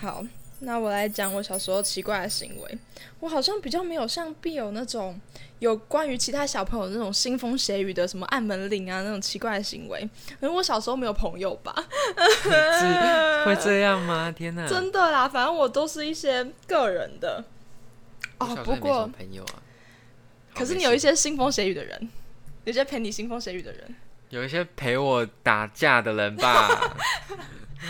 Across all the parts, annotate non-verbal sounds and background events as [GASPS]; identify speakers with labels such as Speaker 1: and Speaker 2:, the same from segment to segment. Speaker 1: 好，那我来讲我小时候奇怪的行为。我好像比较没有像必有那种有关于其他小朋友那种腥风血雨的什么按门铃啊那种奇怪的行为。可能我小时候没有朋友吧，
Speaker 2: 是会这样吗？天哪！
Speaker 1: 真的啦，反正我都是一些个人的。
Speaker 2: 我
Speaker 1: 哦
Speaker 2: 小，时候
Speaker 1: 不
Speaker 2: 也没什
Speaker 1: 过
Speaker 2: 么朋友啊。好
Speaker 1: 可是
Speaker 2: 没
Speaker 1: 你
Speaker 2: 事
Speaker 1: 有一些腥风血雨的人，有一些陪你腥风血雨的
Speaker 2: [LAUGHS]
Speaker 1: 人。
Speaker 2: 有一些陪我打架的人吧，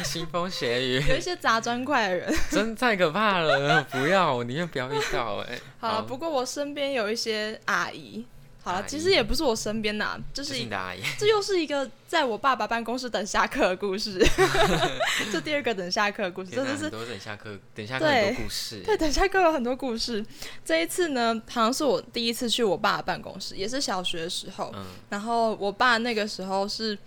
Speaker 2: 腥风血雨， [LAUGHS]
Speaker 1: 有一些杂砖块的人。
Speaker 2: 真太可怕了！不要，我宁愿不要遇到哎、
Speaker 1: 好了，不过我身边有一些阿姨。好
Speaker 2: 阿
Speaker 1: 了，
Speaker 2: 姨
Speaker 1: 其实也不是我身边呐、就
Speaker 2: 就是是你的阿姨，
Speaker 1: 这又是一个在我爸爸办公室等下课的故事。这第二个等下课的故事，
Speaker 2: 天
Speaker 1: 真
Speaker 2: 哪
Speaker 1: 的
Speaker 2: 很
Speaker 1: 是
Speaker 2: 多等下课，等下课很多故事
Speaker 1: 对等下课有很多故事。这一次呢，好像是我第一次去我爸的办公室，也是小学的时候。
Speaker 2: 嗯
Speaker 1: 然后我爸那个时候是，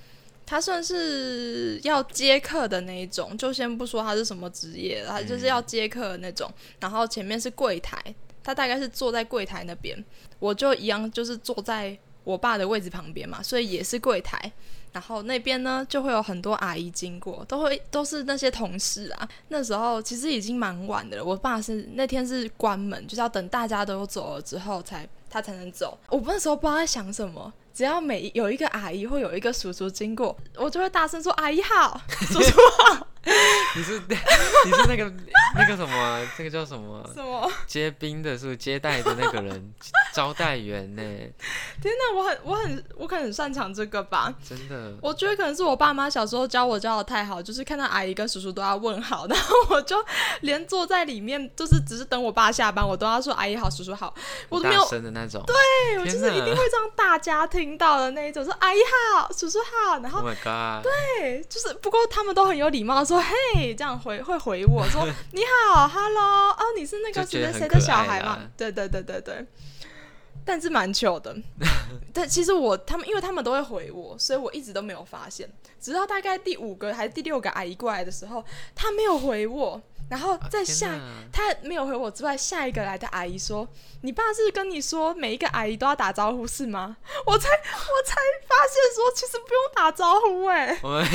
Speaker 1: 他算是要接客的那一种，就先不说他是什么职业，他就是要接客的那种。然后前面是柜台，他大概是坐在柜台那边，我就一样就是坐在我爸的位置旁边嘛，所以也是柜台。然后那边呢，就会有很多阿姨经过，都会都是那些同事啊。那时候其实已经蛮晚的了，我爸是那天是关门，就是要等大家都走了之后才他才能走。我那时候不知道在想什么，只要每一有一个阿姨或有一个叔叔经过，我就会大声说：“阿姨好， [LAUGHS] 叔叔好。
Speaker 2: 你是 [LAUGHS] 你是那个那个什么啊、这个叫什么啊”
Speaker 1: 什么？
Speaker 2: 接宾的是不是接待的那个人 [LAUGHS] 招待员呢、
Speaker 1: 天哪，我很我很我可能很擅长这个吧。
Speaker 2: 真的
Speaker 1: 我觉得可能是我爸妈小时候教我教的太好，就是看到阿姨跟叔叔都要问好，然后我就连坐在里面，就是只是等我爸下班，我都要说阿姨好，叔叔好，我都
Speaker 2: 大
Speaker 1: 没有，
Speaker 2: 声的那种。
Speaker 1: 对我就
Speaker 2: 天
Speaker 1: 是一定会让大家听到的那一种，说阿姨好，叔叔好，然后
Speaker 2: Oh my god！
Speaker 1: 对，就是不过他们都很有礼貌，说嘿，这样回会回我
Speaker 2: [LAUGHS]
Speaker 1: 说你好，hello，哦，你是那个
Speaker 2: 就觉
Speaker 1: 谁
Speaker 2: 得
Speaker 1: 谁谁
Speaker 2: 很
Speaker 1: 的
Speaker 2: 可
Speaker 1: 小
Speaker 2: 爱
Speaker 1: 孩嘛
Speaker 2: 啦？
Speaker 1: 对对对对对，但是蛮糗
Speaker 2: [LAUGHS]
Speaker 1: 的。但其实我他们，因为他们都会回我，所以我一直都没有发现，直到大概第五个还是第六个阿姨过来的时候，她没有回我，然后
Speaker 2: 啊
Speaker 1: 再
Speaker 2: 天
Speaker 1: 下
Speaker 2: 哪
Speaker 1: 他没有回我之外，下一个来的阿姨说：“你爸是跟你说每一个阿姨都要打招呼是吗？” [LAUGHS] 我才我才发现说，其实不用打招呼哎、
Speaker 2: 我们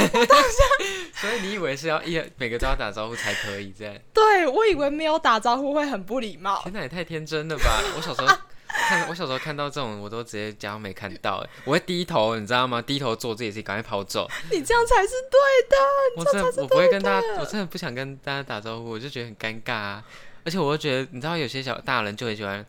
Speaker 2: 所以你以为是要一每个都要打招呼才可以这样？
Speaker 1: 对我以为没有打招呼会很不礼 [LAUGHS] 貌，
Speaker 2: 天哪，也太天真了吧！我小时候看，我小时候看到这种，我都直接假装没看到、欸，我会低头，你知道吗？低头做自己事，赶快跑走。
Speaker 1: 你这样才是对的。
Speaker 2: 我真的我不会跟大家，我真的不想跟大家打招呼，我就觉得很尴尬啊。而且我又觉得，你知道有些小大人就很喜欢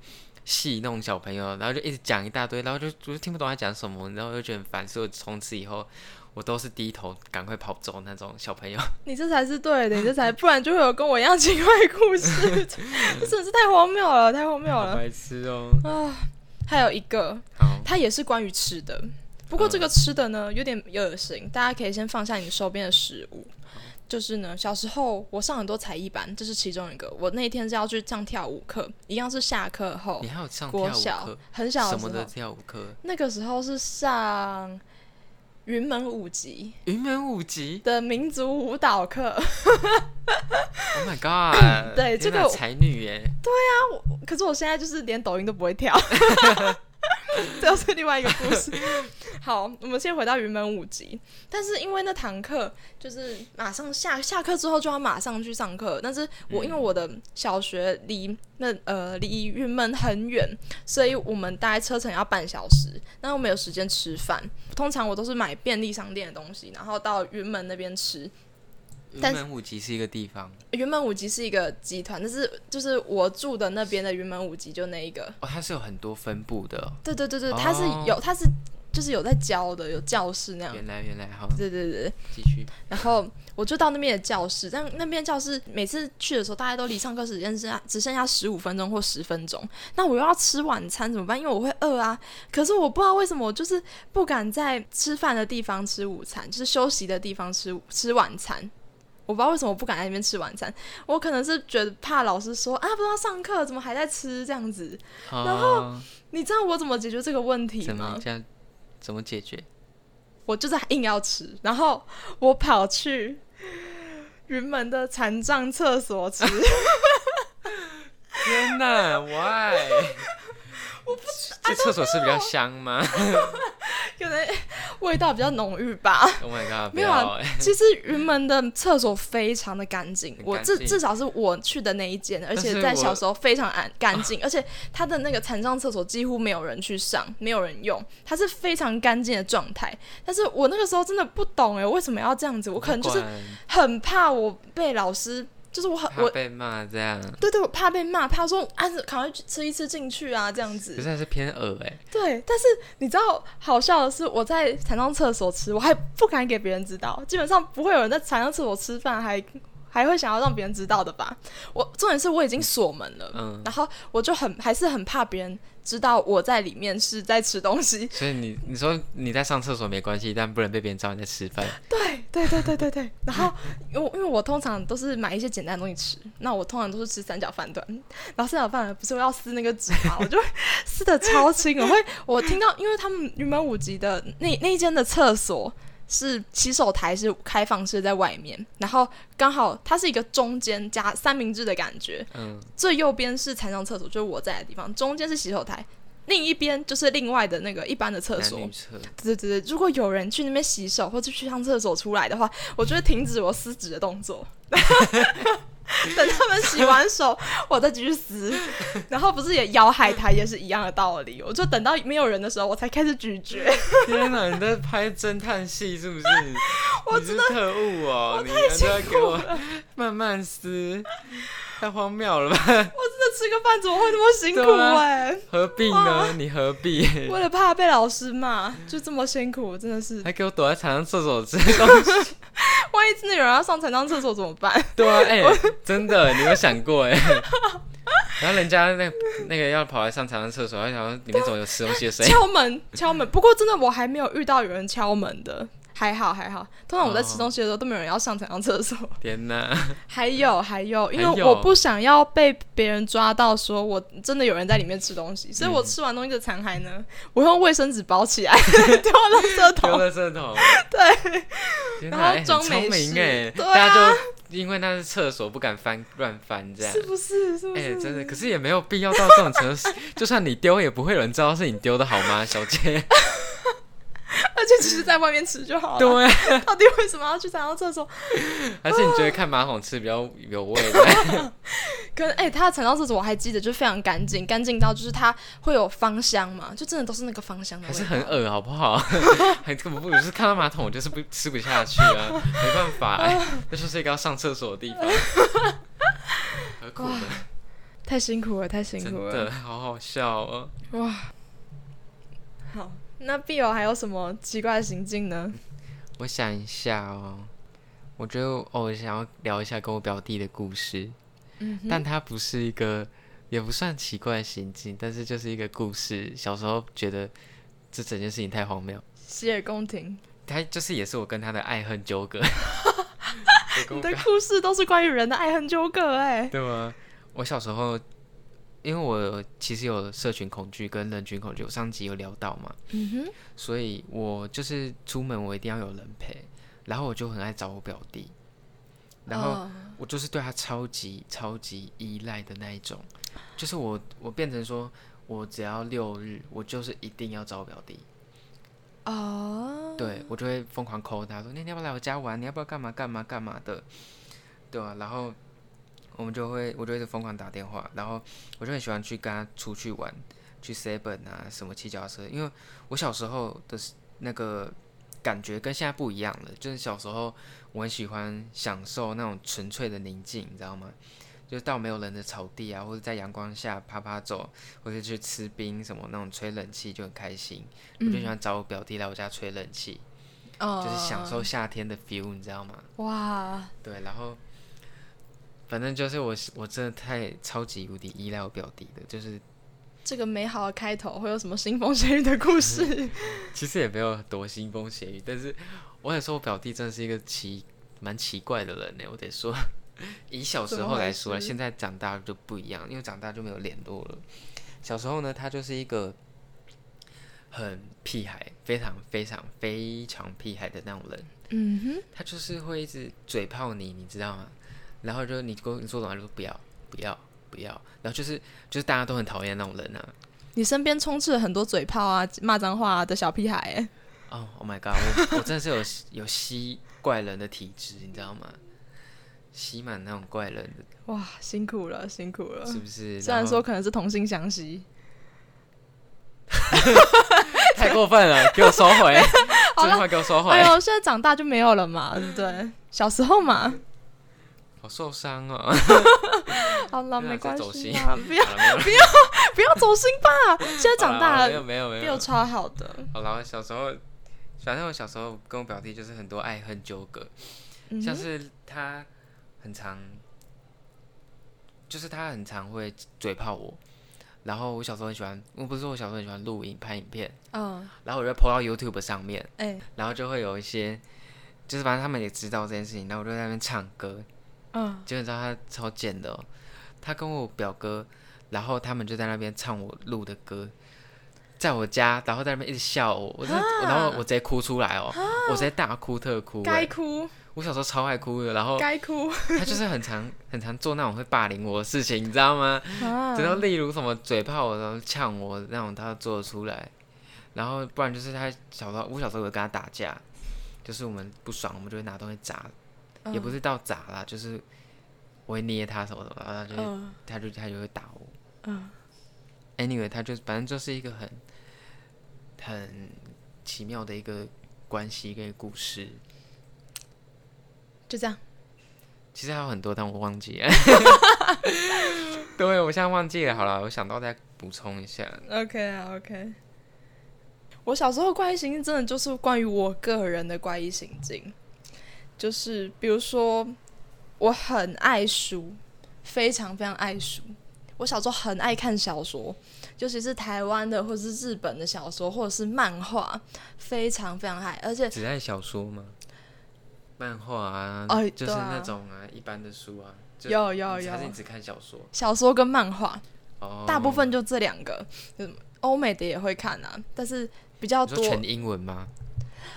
Speaker 2: 戏弄小朋友，然后就一直讲一大堆，然后就我就听不懂他讲什么，然后我就觉得很烦，所以我从此以后我都是低头赶快跑走那种小朋友。
Speaker 1: 你这才是对的，你这才，不然就会有跟我一样奇怪的故 [LAUGHS] 事，这真的是太荒谬了，太荒谬
Speaker 2: 好
Speaker 1: [LAUGHS] 了
Speaker 2: 白痴哦、
Speaker 1: 啊！还有一个，
Speaker 2: [LAUGHS] 好，
Speaker 1: 它也是关于吃的，不过这个吃的呢有点恶心，大家可以先放下你手边的食物。就是呢，小时候我上很多才艺班，这是其中一个。我那一天是要去上跳舞课，一样是下课后
Speaker 2: 你，还有上跳
Speaker 1: 国
Speaker 2: 舞
Speaker 1: 小
Speaker 2: 课？
Speaker 1: 很小
Speaker 2: 什
Speaker 1: 的时
Speaker 2: 么的
Speaker 1: 候，
Speaker 2: 跳舞课？
Speaker 1: 那个时候是上云门舞集
Speaker 2: 云门舞集
Speaker 1: 的民族舞蹈课。[COUGHS]
Speaker 2: ？Oh my god！
Speaker 1: 对
Speaker 2: 天
Speaker 1: 这个
Speaker 2: 哪
Speaker 1: 我
Speaker 2: 才女耶，
Speaker 1: 可是我现在就是连抖音都不会跳，这又是另外一个故事。好，我们先回到云门舞集，但是因为那堂课就是马上下下课之后就要马上去上课，但是我、因为我的小学离那呃离云门很远，所以我们大概车程要半小时，那我们有时间吃饭。通常我都是买便利商店的东西，然后到云门那边吃。
Speaker 2: 云
Speaker 1: 但
Speaker 2: 门舞集是一个地方
Speaker 1: 云门舞集是一个集团，但是就是我住的那边的云门舞集就那一个，
Speaker 2: 哦，它是有很多分布的哦、
Speaker 1: 对对对对，
Speaker 2: 哦
Speaker 1: 他是有，他是就是有在教的，有教室那样。
Speaker 2: 原来原来，好，
Speaker 1: 嗯对对对，
Speaker 2: 继续。
Speaker 1: 然后我就到那边的教室，但那边教室每次去的时候，大家都离上课时间剩下只剩下十五分钟或十分钟，那我又要吃晚餐怎么办？因为我会饿啊。可是我不知道为什么，我就是不敢在吃饭的地方吃午餐，就是休息的地方吃吃晚餐。我不知道为什么我不敢在那边吃晚餐，我可能是觉得怕老师说啊，不知道上课怎么还在吃这样子。
Speaker 2: 然后
Speaker 1: 你知道我怎么解决这个问题
Speaker 2: 怎
Speaker 1: 吗
Speaker 2: 么？这样怎么解决？
Speaker 1: 我就是硬要吃，然后我跑去云门的残障厕所
Speaker 2: [LAUGHS]
Speaker 1: 吃，[LAUGHS]
Speaker 2: 天哪，why？我不这厕所是比较香吗？
Speaker 1: 可可能味道比较浓郁吧。
Speaker 2: [LAUGHS] [LAUGHS] Oh my god！
Speaker 1: 没有
Speaker 2: 不
Speaker 1: 啊
Speaker 2: 要欸
Speaker 1: 其实云门的厕所非常的干净，
Speaker 2: 很
Speaker 1: 我
Speaker 2: 干
Speaker 1: 至
Speaker 2: 净
Speaker 1: 至少是我去的那一间，而
Speaker 2: 但
Speaker 1: 且
Speaker 2: 是
Speaker 1: 在
Speaker 2: 我
Speaker 1: 小时候非常安干净，而且它的那个残障厕所几乎没有人去上，没有人用，它是非常干净的状态。但是我那个时候真的不懂哎，为什么要这样子？我可能就是
Speaker 2: 不管
Speaker 1: 很怕我被老师，就是我很
Speaker 2: 怕
Speaker 1: 呃我
Speaker 2: 被骂这样，
Speaker 1: 对对，我怕被骂，怕说啊，赶快去吃一吃进去啊，这样子
Speaker 2: 可。是还是偏恶哎、
Speaker 1: 对，但是你知道好笑的是，我在残障厕所吃，我还不敢给别人知道，基本上不会有人在残障厕所吃饭还。还会想要让别人知道的吧？我重点是我已经锁门了，
Speaker 2: 嗯
Speaker 1: 然后我就很还是很怕别人知道我在里面是在吃东西。
Speaker 2: 所以你你说你在上厕所没关系，但不能被别人知道你在吃饭。
Speaker 1: 对对对对对对。然后因为因为我通常都是买一些简单的东西吃，那我通常都是吃三角饭团， [LAUGHS] 然后三角饭团不是要撕那个纸嘛， [LAUGHS] 我就会撕的超轻，我会我听到，因为他们云门舞集的那那一间的厕所。是洗手台是开放式在外面，然后刚好它是一个中间加三明治的感觉，
Speaker 2: 嗯，
Speaker 1: 最右边是残障厕所，就是我在的地方，中间是洗手台，另一边就是另外的那个一般的厕
Speaker 2: 男
Speaker 1: 所
Speaker 2: 女。厕，
Speaker 1: 对对对，如果有人去那边洗手或者去上厕所出来的话，我就会停止我撕纸的动作， [LAUGHS] 等他们洗完手，我再继续撕。然后不是也摇海苔也是一样的道理，我就等到没有人的时候，我才开始咀嚼。 [LAUGHS]
Speaker 2: 天哪，你在拍侦探戏是不是？
Speaker 1: 我
Speaker 2: 你是特务哦，你还是要给我慢慢撕，太荒谬了吧？ [LAUGHS]
Speaker 1: 我真的吃个饭怎么会那么辛苦
Speaker 2: 对啊
Speaker 1: 哎、
Speaker 2: 何必呢？你何必？
Speaker 1: 为了怕被老师骂，就这么辛苦，真的是。
Speaker 2: [LAUGHS] 还给我躲在床上厕所吃
Speaker 1: [LAUGHS]
Speaker 2: 东西？
Speaker 1: 万一真的有人要上残障厕所怎么办？
Speaker 2: 对啊，哎、真的，你有没有想过哎、然后人家那那个要跑来上长安厕所，然后想说里面怎么有吃东西
Speaker 1: [LAUGHS]
Speaker 2: 的声音？
Speaker 1: 敲门，敲门。不过真的我还没有遇到有人敲门的，还好还好。通常我在吃东西的时候都没有人要上床上厕所。
Speaker 2: 天哪！
Speaker 1: 还有还有，因
Speaker 2: 还
Speaker 1: 为
Speaker 2: 有
Speaker 1: 我不想要被别人抓到，说我真的有人在里面吃东西，所以我
Speaker 2: 嗯
Speaker 1: 吃完东西的残骸呢，我用卫生纸包起来 [LAUGHS] 丢到垃圾
Speaker 2: 丢
Speaker 1: 桶。
Speaker 2: 了
Speaker 1: [LAUGHS]
Speaker 2: 这桶，对，
Speaker 1: 然后装
Speaker 2: 聪
Speaker 1: 没
Speaker 2: 明
Speaker 1: 事
Speaker 2: 哎，
Speaker 1: 对啊
Speaker 2: 大家就因为那是厕所不敢翻乱翻这样
Speaker 1: 是。不是？是不
Speaker 2: [LAUGHS] 哎、
Speaker 1: 是？
Speaker 2: 真的，可是也没有必要到这种程度，就算你丢，也不会有人知道是你丢的好吗，
Speaker 1: [LAUGHS]
Speaker 2: 小姐？
Speaker 1: 而且只是在外面吃就好了。
Speaker 2: 对啊，
Speaker 1: 到底为什么要去上厕所？
Speaker 2: [LAUGHS] 还是你觉得看马桶吃比较有味哎道？
Speaker 1: 跟哎、他的残障厕所我还记得，就非常干净，干净到就是它会有芳香嘛，就真的都是那个芳香的
Speaker 2: 还
Speaker 1: 味道。
Speaker 2: 是很恶好不好？ [LAUGHS] 还根本不，我是看到马桶我就是不吃不下去啊，没办法、哎，这就是一个要上厕所的地
Speaker 1: [LAUGHS]
Speaker 2: 方。何苦呢？
Speaker 1: 太辛苦了，太辛
Speaker 2: 真
Speaker 1: 苦了。
Speaker 2: 的好好笑哦。
Speaker 1: 哇，好，那必友还有什么奇怪的行径呢？
Speaker 2: 我想一下哦，我觉得我哦，我想要聊一下跟我表弟的故事，
Speaker 1: 嗯
Speaker 2: 但他不是一个，也不算奇怪的行径，但是就是一个故事。小时候觉得这整件事情太荒谬，
Speaker 1: 洗耳恭听，
Speaker 2: 他就是也是我跟他的爱恨纠葛。 [LAUGHS] 我
Speaker 1: 你
Speaker 2: 跟我
Speaker 1: 的
Speaker 2: 表
Speaker 1: 故事都是关于人的爱恨纠葛哎。
Speaker 2: [LAUGHS] 对吗？我小时候，因为我其实有社群恐惧跟人群恐惧，我上集有聊到嘛，
Speaker 1: 嗯哼，
Speaker 2: 所以我就是出门我一定要有人陪，然后我就很爱找我表弟，然后
Speaker 1: 哦
Speaker 2: 我就是对他超级超级依赖的那一种，就是我我变成说，我只要六日，我就是一定要找我表弟，
Speaker 1: 哦，
Speaker 2: 对我就会疯狂 call 他说，那你要不要来我家玩？你要不要干嘛干嘛干嘛的？对啊，然后我们就会我就会一直疯狂打电话，然后我就很喜欢去跟他出去玩，去 seven 啊，什么骑脚踏车，因为我小时候的那个感觉跟现在不一样了，就是小时候我很喜欢享受那种纯粹的宁静，你知道吗？就是到没有人的草地啊，或者在阳光下爬爬走，或者去吃冰什么那种吹冷气就很开心。我就喜欢找我表弟来我家吹冷气，
Speaker 1: 哦
Speaker 2: 就是享受夏天的 feel，你知道吗？
Speaker 1: 哇，
Speaker 2: 对，然后反正就是我是我真的太超级无敌依赖我表弟的，就是
Speaker 1: 这个美好的开头会有什么腥风血雨的故 [LAUGHS]
Speaker 2: 嗯
Speaker 1: 事？
Speaker 2: [LAUGHS] 其实也没有多腥风血雨，但是我也说我表弟真的是一个奇蛮奇怪的人呢，我得说， [LAUGHS] 以小时候来
Speaker 1: 怎
Speaker 2: 说，
Speaker 1: 么回事
Speaker 2: 现在长大就不一样，因为长大就没有联络了。小时候呢，他就是一个很屁孩，非常非常非常屁孩的那种人。
Speaker 1: 嗯哼，
Speaker 2: 他就是会一直嘴炮你，你知道吗？然后就你跟我你说什么，他就说不要不要不要，然后就是就是大家都很讨厌那种人啊。
Speaker 1: 你身边充斥了很多嘴炮啊、骂脏话啊的小屁孩哎。
Speaker 2: 哦、oh,，Oh my god，我我 [LAUGHS] 真的是有有吸怪人的体质，你知道吗？吸满那种怪人的，
Speaker 1: 哇，辛苦了，辛苦了。
Speaker 2: 是不
Speaker 1: [LAUGHS]
Speaker 2: 是？
Speaker 1: 虽然
Speaker 2: 后
Speaker 1: 说可能是同性相吸，
Speaker 2: 太过分了，给我收回，
Speaker 1: [LAUGHS]
Speaker 2: 这句话给我收回，
Speaker 1: 哎呦，现在长大就没有了嘛，对不对？小时候嘛，
Speaker 2: 好受伤哦。
Speaker 1: 好
Speaker 2: [LAUGHS]
Speaker 1: 了，
Speaker 2: 不要
Speaker 1: 没
Speaker 2: 啊再
Speaker 1: 关
Speaker 2: 走
Speaker 1: 系
Speaker 2: 心
Speaker 1: 啦，不要
Speaker 2: 好了没有了
Speaker 1: 不要走心吧，现在长
Speaker 2: 好
Speaker 1: 大
Speaker 2: 了没有
Speaker 1: 了，
Speaker 2: 没有没
Speaker 1: 有
Speaker 2: 有。
Speaker 1: 超好的，
Speaker 2: 好了，小时候，反正我小时候跟我表弟就是很多爱恨纠葛，
Speaker 1: 嗯
Speaker 2: 像
Speaker 1: 哼，
Speaker 2: 是他很常，就是他很常会嘴炮我。然后我小时候很喜欢，我不是说我小时候很喜欢录影拍影片，
Speaker 1: 嗯，
Speaker 2: 然后我就 PO 到 YouTube 上面，
Speaker 1: 哎，
Speaker 2: 然后就会有一些，就是反正他们也知道这件事情，然后我就在那边唱歌，
Speaker 1: 嗯，
Speaker 2: 结果你知道他超贱的、哦，他跟我表哥，然后他们就在那边唱我录的歌，在我家，然后在那边一直笑我，我真的，然后我直接哭出来哦，我直接大哭特哭、
Speaker 1: 该
Speaker 2: 哎
Speaker 1: 哭
Speaker 2: 我小时候超爱哭的，然后
Speaker 1: 该哭
Speaker 2: 他就是很常很常做那种会霸凌我的事情，你知道吗？
Speaker 1: 啊
Speaker 2: 直，到例如什么嘴炮我，然后呛我那种，他做得出来。然后不然就是他小时候，我小时候有跟他打架，就是我们不爽，我们就会拿东西砸，也不
Speaker 1: 是，
Speaker 2: 是到砸啦，就是我会捏他什么的，然后他就会、
Speaker 1: 嗯
Speaker 2: 他就他就会打我。
Speaker 1: 嗯，
Speaker 2: Anyway，他就反正就是一个很很奇妙的一个关系跟故事。
Speaker 1: 就这样，
Speaker 2: 其实还有很多，但我忘
Speaker 1: [LAUGHS]
Speaker 2: 记了。 [LAUGHS] 对，我现在忘记了。好了，我想到再补充一下。
Speaker 1: OK 啊，OK。我小时候怪异行径真的就是关于我个人的怪异行径，就是比如说我很爱书，非常非常爱书。我小时候很爱看小说，尤其是台湾的或是日本的小说，或者是漫画，非常非常爱。而且
Speaker 2: 只爱小说吗？漫画啊，
Speaker 1: 哎
Speaker 2: 就是
Speaker 1: 对啊
Speaker 2: 那种啊，一般的书啊。就
Speaker 1: 有有有
Speaker 2: 还是你只看小说？
Speaker 1: 小说跟漫画，
Speaker 2: 哦，
Speaker 1: 大部分就这两个。嗯，欧美的也会看啊，但是比较
Speaker 2: 你说
Speaker 1: 多
Speaker 2: 全英文吗？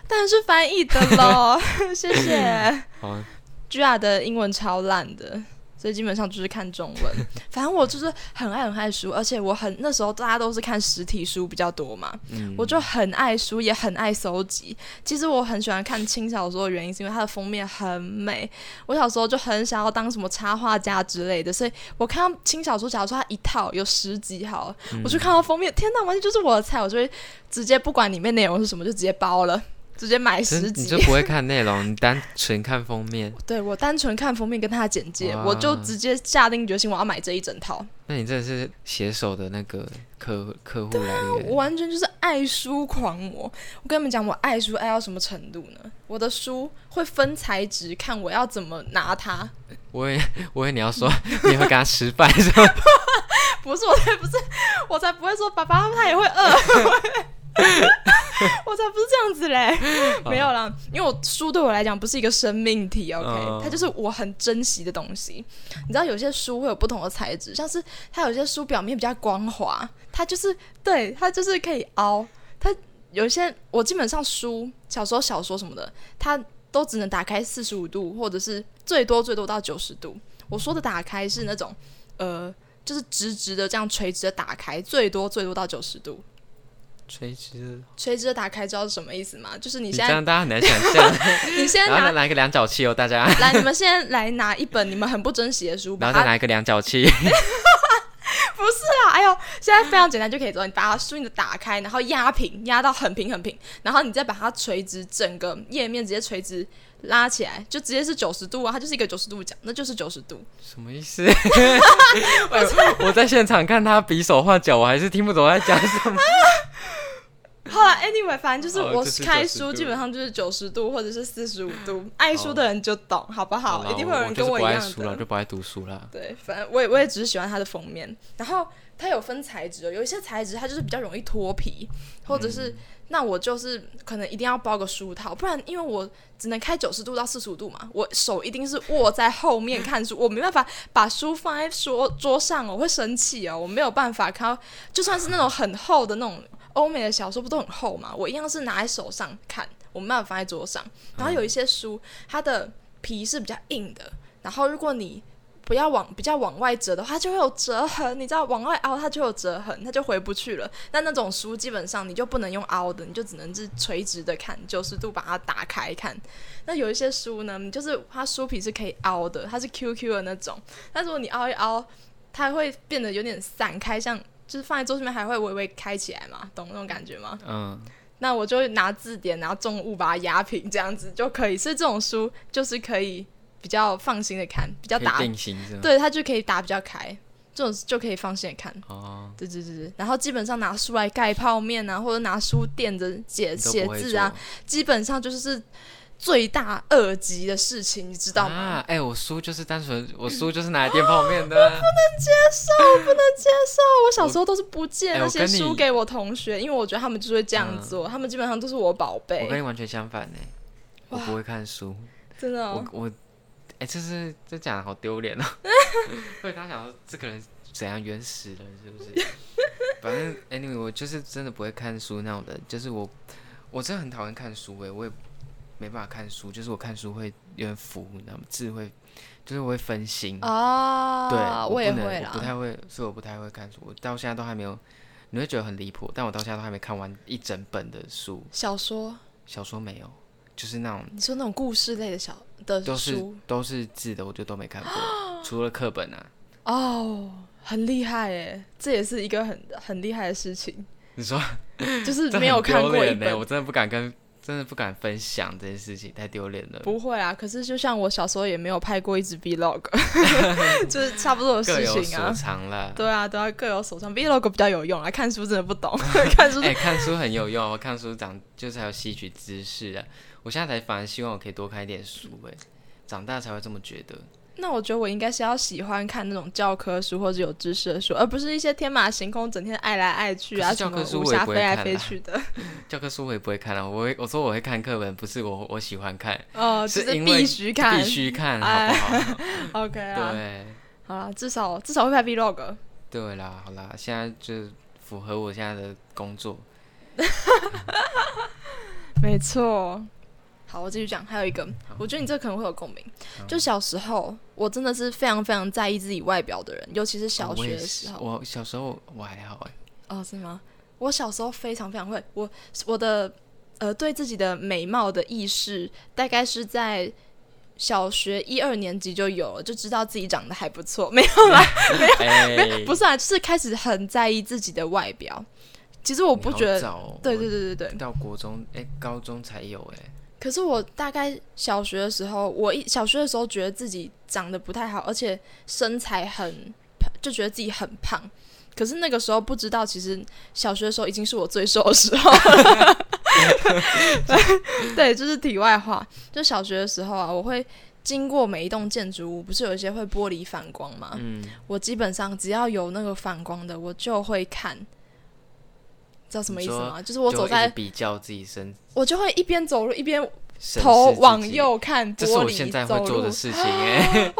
Speaker 1: 当然是翻译的
Speaker 2: [LAUGHS]
Speaker 1: 喽，谢谢。
Speaker 2: 好啊，
Speaker 1: GR 的英文超烂的，所以基本上就是看中文。反正我就是很爱很爱书，而且我很那时候大家都是看实体书比较多嘛，
Speaker 2: 嗯，
Speaker 1: 我就很爱书，也很爱搜集。其实我很喜欢看轻小说的原因，是因为它的封面很美。我小时候就很想要当什么插画家之类的，所以我看到轻小说，假如说它一套有十集好了，
Speaker 2: 嗯
Speaker 1: 我就看到封面，天哪，完全就是我的菜，我就会直接不管里面内容是什么，就直接包
Speaker 2: [LAUGHS]
Speaker 1: 了，直接买
Speaker 2: 真
Speaker 1: 十集。
Speaker 2: 你就不会看内容，你单纯看封面。
Speaker 1: 对我单纯看封面跟他的简介，
Speaker 2: 哇
Speaker 1: 我就直接下定决心我要买这一整套。
Speaker 2: 那你真的是携手的那个客客户来
Speaker 1: 我
Speaker 2: 源，
Speaker 1: 完全就是爱书狂魔。我跟你们讲，我爱书爱到什么程度呢？我的书会分材质，看我要怎么拿它。
Speaker 2: 我也我以为你要说 [LAUGHS] 你会跟他吃饭是吧？
Speaker 1: 不是，我才不是，我才不会说爸爸他也会饿。我才不是这样子嘞，没有啦，因为我书对我来讲不是一个生命体，OK，、
Speaker 2: 嗯
Speaker 1: 它就是我很珍惜的东西。你知道有些书会有不同的材质，像是它有些书表面比较光滑，它就是对它就是可以凹。它有一些我基本上书，小时候小说什么的，它都只能打开四十五度，或者是最多最多到九十度。我说的打开是那种呃，就是直直的这样垂直的打开，最多最多到九十度。
Speaker 2: 垂直，
Speaker 1: 垂直的打开，知道是什么意思吗？就是 [LAUGHS] 你
Speaker 2: 你
Speaker 1: 现
Speaker 2: 这
Speaker 1: 在
Speaker 2: 样大家很难想象。
Speaker 1: [LAUGHS] 你现在
Speaker 2: 然后
Speaker 1: 拿
Speaker 2: 再来一个量角器哦，大家，
Speaker 1: [LAUGHS] 来，你们现在来拿一本你们很不珍惜的书，
Speaker 2: 然
Speaker 1: 把
Speaker 2: 后再
Speaker 1: 它
Speaker 2: 来一个量角
Speaker 1: [LAUGHS]
Speaker 2: 器，
Speaker 1: 啊，哎呦，现在非常简单就可以做，你把它顺着打开，然后压平，压到很平很平，然后你再把它垂直，整个页面直接垂直拉起来，就直接是九十度啊，它就是一个九十度角，那就是九十度。
Speaker 2: 什么
Speaker 1: [LAUGHS]
Speaker 2: 意思？ [LAUGHS] 我我在现场看他比手画脚，我还是听不懂他讲什么。
Speaker 1: [LAUGHS] 后来 anyway，反正就是
Speaker 2: 哦
Speaker 1: 我
Speaker 2: 就是
Speaker 1: 开
Speaker 2: 90
Speaker 1: 书
Speaker 2: 度
Speaker 1: 基本上就是九十度或者是四十五度，爱书的人就懂，好不好？
Speaker 2: 啦
Speaker 1: 一定会有人跟
Speaker 2: 我
Speaker 1: 一
Speaker 2: 就是不爱
Speaker 1: 样
Speaker 2: 书了，
Speaker 1: 的。
Speaker 2: 就不爱读书了。
Speaker 1: 对，反正我也我也只是喜欢它的封面，然后它有分材质哦，有一些材质它就是比较容易脱皮，或者是、那我就是可能一定要包个书套，不然因为我只能开九十度到四十五度嘛，我手一定是握在后面看书，我没办法把书放在桌桌上哦，我会生气哦，我没有办法看到，就算是那种很厚的那种欧美的小说不都很厚嘛，我一样是拿在手上看，我没办法放在桌上。然后有一些书，它的皮是比较硬的，然后如果你不要往比较往外折的话，它就会有折痕，你知道往外凹它就有折痕，它就回不去了。那那种书基本上你就不能用凹的，你就只能是垂直的看，九十度把它打开看。那有一些书呢，你就是它书皮是可以凹的，它是 QQ 的那种，但如果你凹一凹，它会变得有点散开，像就是放在桌上面还会微微开起来嘛，懂那种感觉吗？
Speaker 2: 嗯，
Speaker 1: 那我就拿字典，然后重物把它压平，这样子就可以。所以这种书就是可以比较放心的看，比较
Speaker 2: 可以
Speaker 1: 打，
Speaker 2: 定型是吗？，
Speaker 1: 对它就可以打比较开，这种就可以放心的看。
Speaker 2: 哦，
Speaker 1: 对对对对，然后基本上拿书来盖泡面啊，或者拿书垫着写
Speaker 2: 你都
Speaker 1: 写
Speaker 2: 嗯不会
Speaker 1: 字啊，
Speaker 2: 做，
Speaker 1: 基本上就是罪大恶极的事情，你知道吗？
Speaker 2: 啊，哎、我书就是单纯，我书就是拿来垫泡面的啊、
Speaker 1: [LAUGHS] 接受。我小时候都是不借
Speaker 2: 哎
Speaker 1: 那
Speaker 2: 我
Speaker 1: 些
Speaker 2: 跟你嗯
Speaker 1: 书给我同学，因为我觉得他们就是会这样做，他们基本上都是我宝
Speaker 2: 我跟
Speaker 1: 贝，
Speaker 2: 你完全相反呢、我不会看书，
Speaker 1: 真的哦、
Speaker 2: 我我，哎、这是这讲的好
Speaker 1: [LAUGHS]
Speaker 2: 丢脸哦。对，他想说这个人怎样原始人是不是？反正 anyway，我就是真的不会看书那种人，就是我我真的很讨厌看书哎、我也没办法看书，就是我看书会有点浮，你知道吗？字会就是我会分心。
Speaker 1: 啊，
Speaker 2: 对，
Speaker 1: 我
Speaker 2: 我
Speaker 1: 也
Speaker 2: 不能
Speaker 1: 会
Speaker 2: 我不
Speaker 1: 啦。
Speaker 2: 太会，所以我不太会看书，我到现在都还没有。你会觉得很离谱，但我到现在都还没看完一整本的书，
Speaker 1: 小说，
Speaker 2: 小说没有，就是那种
Speaker 1: 你说那种故事类的小的
Speaker 2: 都是
Speaker 1: 书
Speaker 2: 都是字的，我就都
Speaker 1: [GASPS]
Speaker 2: 没看过，除了课本啊。
Speaker 1: 哦，很厉害哎，这也是一个很很厉害的事情，
Speaker 2: 你说
Speaker 1: [LAUGHS] 就是
Speaker 2: 这
Speaker 1: 没有
Speaker 2: 很
Speaker 1: 看
Speaker 2: 丢
Speaker 1: 过一
Speaker 2: 脸呢欸
Speaker 1: 本
Speaker 2: 我真的不敢跟，真的不敢分享这件事情，太丢脸了。
Speaker 1: 不会啊，可是就像我小时候也没有拍过一支
Speaker 2: [LAUGHS]
Speaker 1: vlog，就是差不多的
Speaker 2: 各
Speaker 1: 事
Speaker 2: 有
Speaker 1: 情
Speaker 2: 所
Speaker 1: 啊。
Speaker 2: 长啦。
Speaker 1: 对啊，对啊，各有所长。vlog 比较有用啊，看书真的不
Speaker 2: [LAUGHS]
Speaker 1: 懂，看书
Speaker 2: 哎、看书很有用，我哦看书长就是还有吸取知识啊。我现在才反而希望我可以多看一点书、哎，长大才会这么觉得。
Speaker 1: 那我觉得我应该是要喜欢看那种教科书或者有知识的书，而不是一些天马行空、整天爱来爱去啊，
Speaker 2: 可是
Speaker 1: 什
Speaker 2: 教
Speaker 1: 么
Speaker 2: 科书
Speaker 1: 武
Speaker 2: 我也
Speaker 1: 侠
Speaker 2: 不
Speaker 1: 飞
Speaker 2: 会
Speaker 1: 来
Speaker 2: 看
Speaker 1: 飞
Speaker 2: 啦
Speaker 1: 去的。
Speaker 2: 教科书我也不会看啊，我会我说我会看课本，不是我我喜欢看，
Speaker 1: 哦，就是
Speaker 2: 因为
Speaker 1: 必须看。
Speaker 2: 必须看，
Speaker 1: 哎
Speaker 2: 好不好？
Speaker 1: OK 啊，
Speaker 2: 对
Speaker 1: 好啦，至少至少会拍 vlog。
Speaker 2: 对啦，好啦，现在就符合我现在的工作。
Speaker 1: 没错。好，我继续讲，还有一个，我觉得你这可能会有共鸣。就小时候，我真的是非常非常在意自己外表的人，尤其是小
Speaker 2: 哦我
Speaker 1: 学
Speaker 2: 也
Speaker 1: 的
Speaker 2: 是
Speaker 1: 时候。
Speaker 2: 我小时候我还好哎、
Speaker 1: 哦，是吗？我小时候非常非常会，我我的呃对自己的美貌的意识，大概是在小学一二年级就有了，就知道自己长得还不错，没有啦，
Speaker 2: 哎，
Speaker 1: 不是啊，就是开始很在意自己的外表。其实我
Speaker 2: 我
Speaker 1: 不觉得，
Speaker 2: 早哦、
Speaker 1: 对对对对对
Speaker 2: 我。到国中哎、高中才有哎、
Speaker 1: 可是我大概小学的时候，我一小学的时候觉得自己长得不太好，而且身材很，就觉得自己很胖。可是那个时候不知道，其实小学的时候已经是我最瘦的时候了。 [LAUGHS] 对，就是题外话，就小学的时候啊，我会经过每一栋建筑物，不是有一些会玻璃反光吗？
Speaker 2: 嗯，
Speaker 1: 我基本上只要有那个反光的，我就会看。知道什么意思
Speaker 2: 你说
Speaker 1: 吗？就是我
Speaker 2: 就
Speaker 1: 走
Speaker 2: 一直
Speaker 1: 在，
Speaker 2: 比较自己身，
Speaker 1: 我就会一边走路一边
Speaker 2: 审
Speaker 1: 头
Speaker 2: 视自
Speaker 1: 往
Speaker 2: 己，
Speaker 1: 右看，
Speaker 2: 这是
Speaker 1: 玻
Speaker 2: 我现在
Speaker 1: 璃
Speaker 2: 会
Speaker 1: 走
Speaker 2: 做的
Speaker 1: 路。啊
Speaker 2: 事情哎、 [LAUGHS]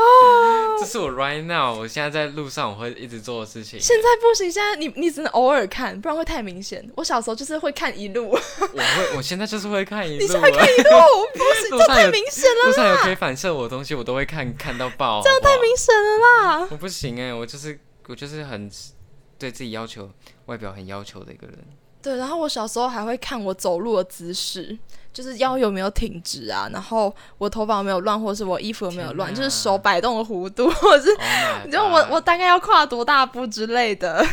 Speaker 2: 这是我 right now，我现在在路上我会一直做的事情。
Speaker 1: 现在不行，现在你你只能偶尔看，不然会太明显。我小时候就是会看一路，
Speaker 2: 我会，我现在就是会看一
Speaker 1: [LAUGHS] 你
Speaker 2: 路、
Speaker 1: 才会看
Speaker 2: 啊， [LAUGHS]
Speaker 1: 一路，不行，
Speaker 2: 路
Speaker 1: 这
Speaker 2: 上
Speaker 1: 太
Speaker 2: 有
Speaker 1: 明显了，
Speaker 2: 路上有可以反射我的东西，我都会看看到爆。这样
Speaker 1: 太明显了啦。
Speaker 2: 我不行哎、我就是我就是很对自己要求外表很要求的一个人。
Speaker 1: 对，然后我小时候还会看我走路的姿势，就是腰有没有挺直啊，然后我头发有没有乱，或是我衣服有没有乱，
Speaker 2: 天
Speaker 1: 就
Speaker 2: 哪
Speaker 1: 是手摆动的弧度， [LAUGHS] 或者是
Speaker 2: Oh my
Speaker 1: 你知道我
Speaker 2: god
Speaker 1: 我大概要跨多大步之类的。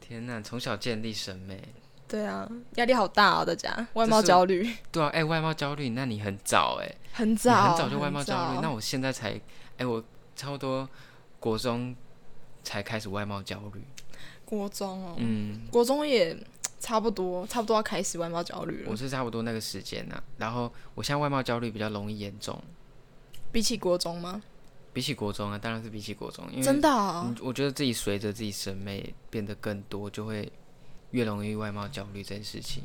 Speaker 2: 天哪，从小建立审美。
Speaker 1: 对啊，压力好大啊，大家外
Speaker 2: 这
Speaker 1: 貌
Speaker 2: 是
Speaker 1: 焦虑
Speaker 2: 对啊，哎、外貌焦虑，那你很早哎、
Speaker 1: 很
Speaker 2: 你
Speaker 1: 早，
Speaker 2: 很早就外貌焦虑，
Speaker 1: 很
Speaker 2: 那
Speaker 1: 早
Speaker 2: 我现在才，哎、我差不多国中才开始外貌焦虑。
Speaker 1: 国中哦，
Speaker 2: 嗯，
Speaker 1: 国中也差不多，差不多要开始外貌焦虑
Speaker 2: 嗯我
Speaker 1: 了。
Speaker 2: 是差不多那个时间呐、然后我现在外貌焦虑比较容易严重，
Speaker 1: 比起国中吗？
Speaker 2: 比起国中啊，当然是比起国中，因为
Speaker 1: 真的、
Speaker 2: 嗯
Speaker 1: 啊？
Speaker 2: 我觉得自己随着自己审美变得更多，就会越容易外貌焦虑这件事情。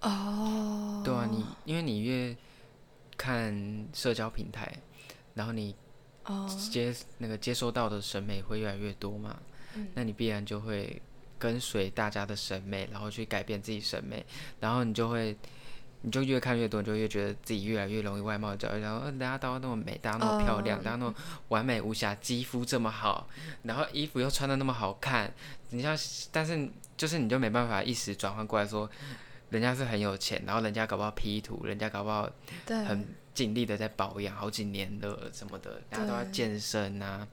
Speaker 1: 哦，
Speaker 2: 嗯对啊，你因为你越看社交平台，然后你
Speaker 1: 哦，
Speaker 2: 接那个接收到的审美会越来越多嘛，那你必然就会跟随大家的审美，然后去改变自己审美，然后你就会你就越看越多，你就越觉得自己越来越容易外貌焦虑，然后呃大家都那么美，大家那么漂
Speaker 1: 嗯
Speaker 2: 亮，大家那么完美无瑕，肌肤这么好，然后衣服又穿的那么好看，你像，但是就是你就没办法一时转换过来说，人家是很有钱，然后人家搞不好 P 图，人家搞不好
Speaker 1: 对，
Speaker 2: 很尽力的在保养，好几年了什么的，大家都要
Speaker 1: 对
Speaker 2: 健身啊，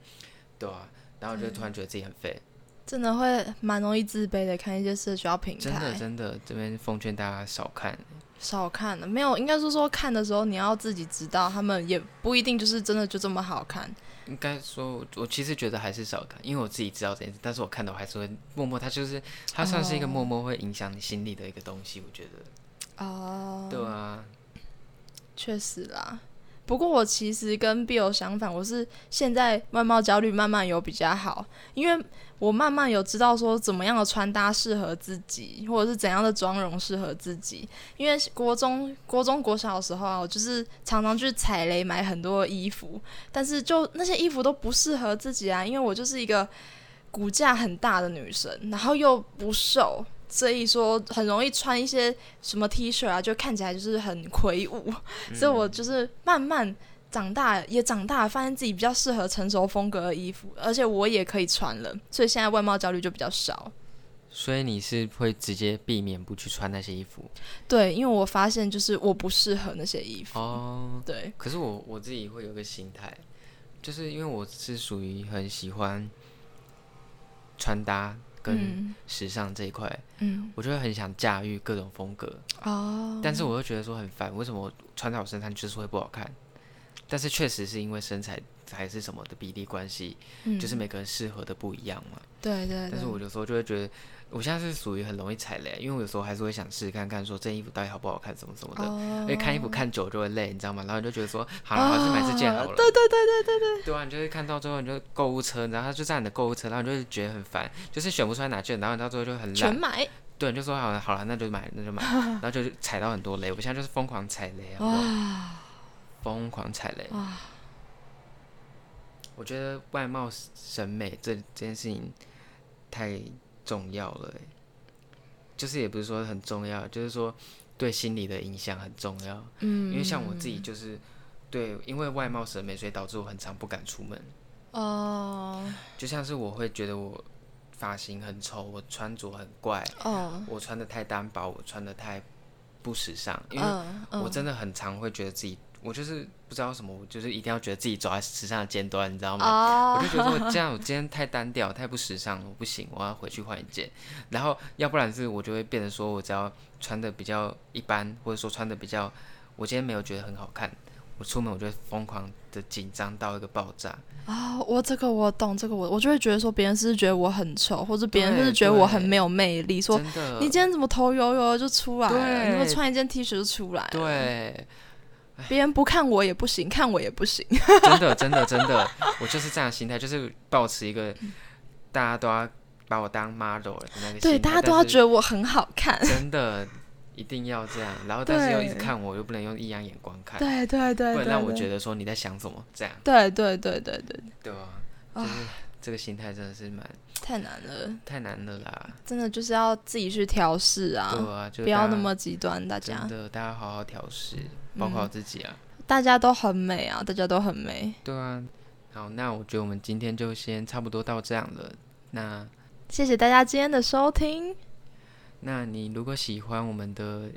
Speaker 2: 对啊，然后就突然觉得自己很废，
Speaker 1: 真的会蛮容易自卑的。看一些社交平
Speaker 2: 真的
Speaker 1: 台，
Speaker 2: 真的，这边奉劝大家少看，
Speaker 1: 少看了，没有，应该说说看的时候，你要自己知道，他们也不一定就是真的就这么好看。
Speaker 2: 应该说我，我其实觉得还是少看，因为我自己知道这件事，但是我看的我还是会默默，它就是它算是一个
Speaker 1: 哦
Speaker 2: 默默会影响你心里的一个东西，我觉得，
Speaker 1: 哦、
Speaker 2: 对啊，
Speaker 1: 确实啦。不过我其实跟 Bill 相反，我是现在外貌焦虑慢慢有比较好，因为我慢慢有知道说怎么样的穿搭适合自己，或者是怎样的妆容适合自己。因为国中、国中、国小的时候啊，我就是常常去踩雷买很多衣服，但是就那些衣服都不适合自己啊，因为我就是一个骨架很大的女生，然后又不瘦，所以说很容易穿一些什么 T 恤啊，就看起来就是很魁梧。
Speaker 2: 嗯
Speaker 1: 所以我就是慢慢长大，也长大，发现自己比较适合成熟风格的衣服，而且我也可以穿了，所以现在外貌焦虑就比较少。
Speaker 2: 所以你是会直接避免不去穿那些衣服
Speaker 1: 对，因为我发现就是我不适合那些衣服。
Speaker 2: 哦。
Speaker 1: 对，
Speaker 2: 可是我我自己会有个心态，就是因为我是属于很喜欢穿搭跟
Speaker 1: 嗯
Speaker 2: 时尚这一块，
Speaker 1: 嗯
Speaker 2: 我就会很想驾驭各种风格，
Speaker 1: 哦，
Speaker 2: 但是我又觉得说很烦，为什么我穿在我身上就是会不好看？但是确实是因为身材还是什么的比例关系，
Speaker 1: 嗯
Speaker 2: 就是每个人适合的不一样嘛。
Speaker 1: 对对对，
Speaker 2: 但是我有时候就会觉得，我现在是属于很容易踩雷，因为我有时候还是会想试试看看，说这件衣服到底好不好看，什么什么的。
Speaker 1: 哦
Speaker 2: 因为看衣服看久就会累，你知道吗？然后你就觉得说，好了，我还是买这件好了。
Speaker 1: 哦对对对，
Speaker 2: 对啊，你就会看到最后，你就购物车，然后他就在你的购物车，然后你就会觉得很烦，就是选不出来哪件，然后你到最后就很
Speaker 1: 全
Speaker 2: 懒，
Speaker 1: 买
Speaker 2: 对，你就说好了好了，那就买那
Speaker 1: [LAUGHS]
Speaker 2: 就买，然后就踩到很多雷。我现在就是疯狂踩雷啊，疯狂踩雷。我觉得外貌审美这这件事情太重要了欸、就是也不是说很重要，就是说对心理的影响很重要。
Speaker 1: 嗯
Speaker 2: 因为像我自己就是对，因为外貌审美，所以导致我很常不敢出门。
Speaker 1: 哦
Speaker 2: 就像是我会觉得我发型很丑，我穿着很怪，
Speaker 1: 哦
Speaker 2: 我穿的太单薄，我穿的太不时尚，因为
Speaker 1: 嗯
Speaker 2: 我
Speaker 1: 嗯，
Speaker 2: 真的很常会觉得自己，我就是不知道什么，我就是一定要觉得自己走在时尚的尖端，你知道吗？
Speaker 1: 哦
Speaker 2: 我就觉得我这样，我今天太单调，太不时尚了，我不行，我要回去换一件。然后要不然是我就会变成说，我只要穿的比较一般，或者说穿的比较，我今天没有觉得很好看，我出门我就会疯狂的紧张到一个爆炸。
Speaker 1: 哦，我这个我懂，这个我我就会觉得说别人是不是觉得我很丑，或者别人是不是
Speaker 2: 对
Speaker 1: 觉得我
Speaker 2: 对
Speaker 1: 很没有魅力，说
Speaker 2: 真的，
Speaker 1: 你今天怎么头油油的就出来了？
Speaker 2: 呃对
Speaker 1: 你怎么穿一件 T 恤就出来了？，
Speaker 2: 对，
Speaker 1: 别人不看我也不行，看我也不行。
Speaker 2: 真的真的真的，我就是这样的心态，就是保持一个大家都要把我当 model 的那个心态，
Speaker 1: 对，大家都要觉
Speaker 2: 得
Speaker 1: 得我很好看。
Speaker 2: 真的一定要这样，然后但是又一直
Speaker 1: 对
Speaker 2: 看我，又不能用异样眼光
Speaker 1: [LAUGHS]
Speaker 2: 看，
Speaker 1: 对对对
Speaker 2: 不
Speaker 1: 对
Speaker 2: 然
Speaker 1: 对，
Speaker 2: 让我觉得说你在想什么，这样啊
Speaker 1: 对对对对对，
Speaker 2: 对吧？就是这个心态真的是蛮
Speaker 1: 太难了，
Speaker 2: 太难了啦，
Speaker 1: 真的就是要自己去调试啊，
Speaker 2: 对啊，就
Speaker 1: 不要
Speaker 2: 大家
Speaker 1: 那么极端，大家
Speaker 2: 真的，大家好好调试，包括我自己啊，
Speaker 1: 大家都很美啊，大家都很美。
Speaker 2: 对啊。好，那我觉得我们今天就先差不多到这样了，那。
Speaker 1: 谢谢大家今天的收听，
Speaker 2: 那你如果喜欢我们的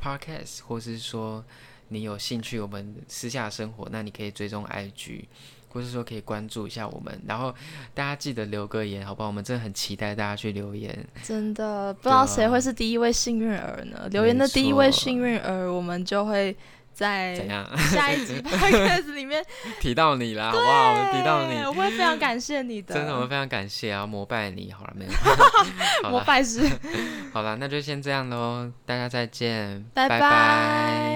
Speaker 2: podcast，或是说你有兴趣我们私下生活，那你可以追踪 IG，或是说可以关注一下我们。然后大家记得留个言，好不好？我们真的很期待大家去留言。
Speaker 1: 真的不知道谁会是第一位幸运儿呢？留言的第一位
Speaker 2: 没错
Speaker 1: 幸运儿，我们就会
Speaker 2: 怎 [LAUGHS]
Speaker 1: 在
Speaker 2: 样？
Speaker 1: 下一集 [LAUGHS] podcast 里面
Speaker 2: 提到你啦，好不啊好？我们提到
Speaker 1: 对
Speaker 2: 你，
Speaker 1: 我会非常感谢你的，
Speaker 2: 真的我们非常感谢啊，膜拜你。好了，没有？
Speaker 1: [LAUGHS]
Speaker 2: 好
Speaker 1: 膜
Speaker 2: 了，
Speaker 1: 拜师，
Speaker 2: 好了，那就先这样喽，大家再见，
Speaker 1: 拜
Speaker 2: 拜拜